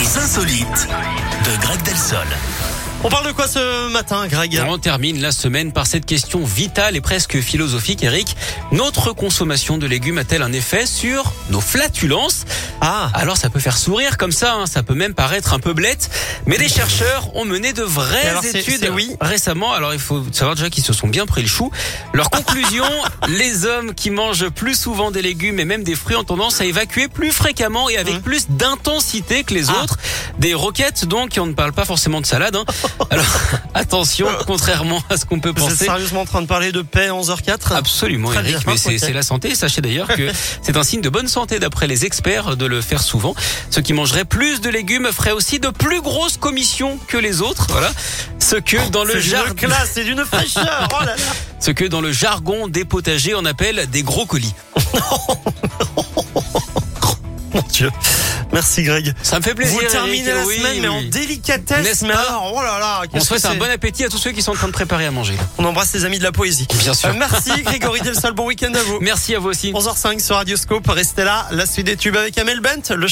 insolite de Greg Delsol. On parle de quoi ce matin, Greg On termine la semaine par cette question vitale et presque philosophique, Eric. Notre consommation de légumes a-t-elle un effet sur nos flatulences Ah, Alors ça peut faire sourire comme ça, hein, ça peut même paraître un peu blette, mais des chercheurs ont mené de Et vraies alors, c'est- études c'est oui récemment. Alors il faut savoir déjà qu'ils se sont bien pris le chou. Leur conclusion les hommes qui mangent plus souvent des légumes et même des fruits ont tendance à évacuer plus fréquemment et avec Mhm. plus d'intensité que les Ah. autres. Des roquettes donc, et on ne parle pas forcément de salade. hein. Alors attention, contrairement à ce qu'on peut vous êtes penser. sérieusement en train de parler de paix Ah, 11h04 Absolument, Très Eric, bien, mais c'est ok. c'est la santé. Sachez d'ailleurs que c'est un signe de bonne santé d'après les experts de le faire souvent. Ceux qui mangeraient plus de légumes feraient aussi de plus grosses commissions que les autres. Voilà. Ce que dans le Oh, C'est d'une jargon, classe, c'est d'une fraîcheur. Oh là là. ce que dans le jargon des potagers on appelle des gros colis. Mon Dieu. Merci Greg. Ça me fait plaisir. Vous Eric. terminez la Oui, semaine mais en oui. délicatesse. N'est-ce Mais pas alors, oh là là. On qu'est-ce souhaite que un c'est bon appétit à tous ceux qui sont en train de préparer à manger. là. On embrasse les amis de la poésie. Bien sûr. Euh, merci Grégory Delsol. Bon week-end à vous. Merci à vous aussi. 11h05 sur Radioscope. Restez là. La suite des tubes avec Amel Bent. Le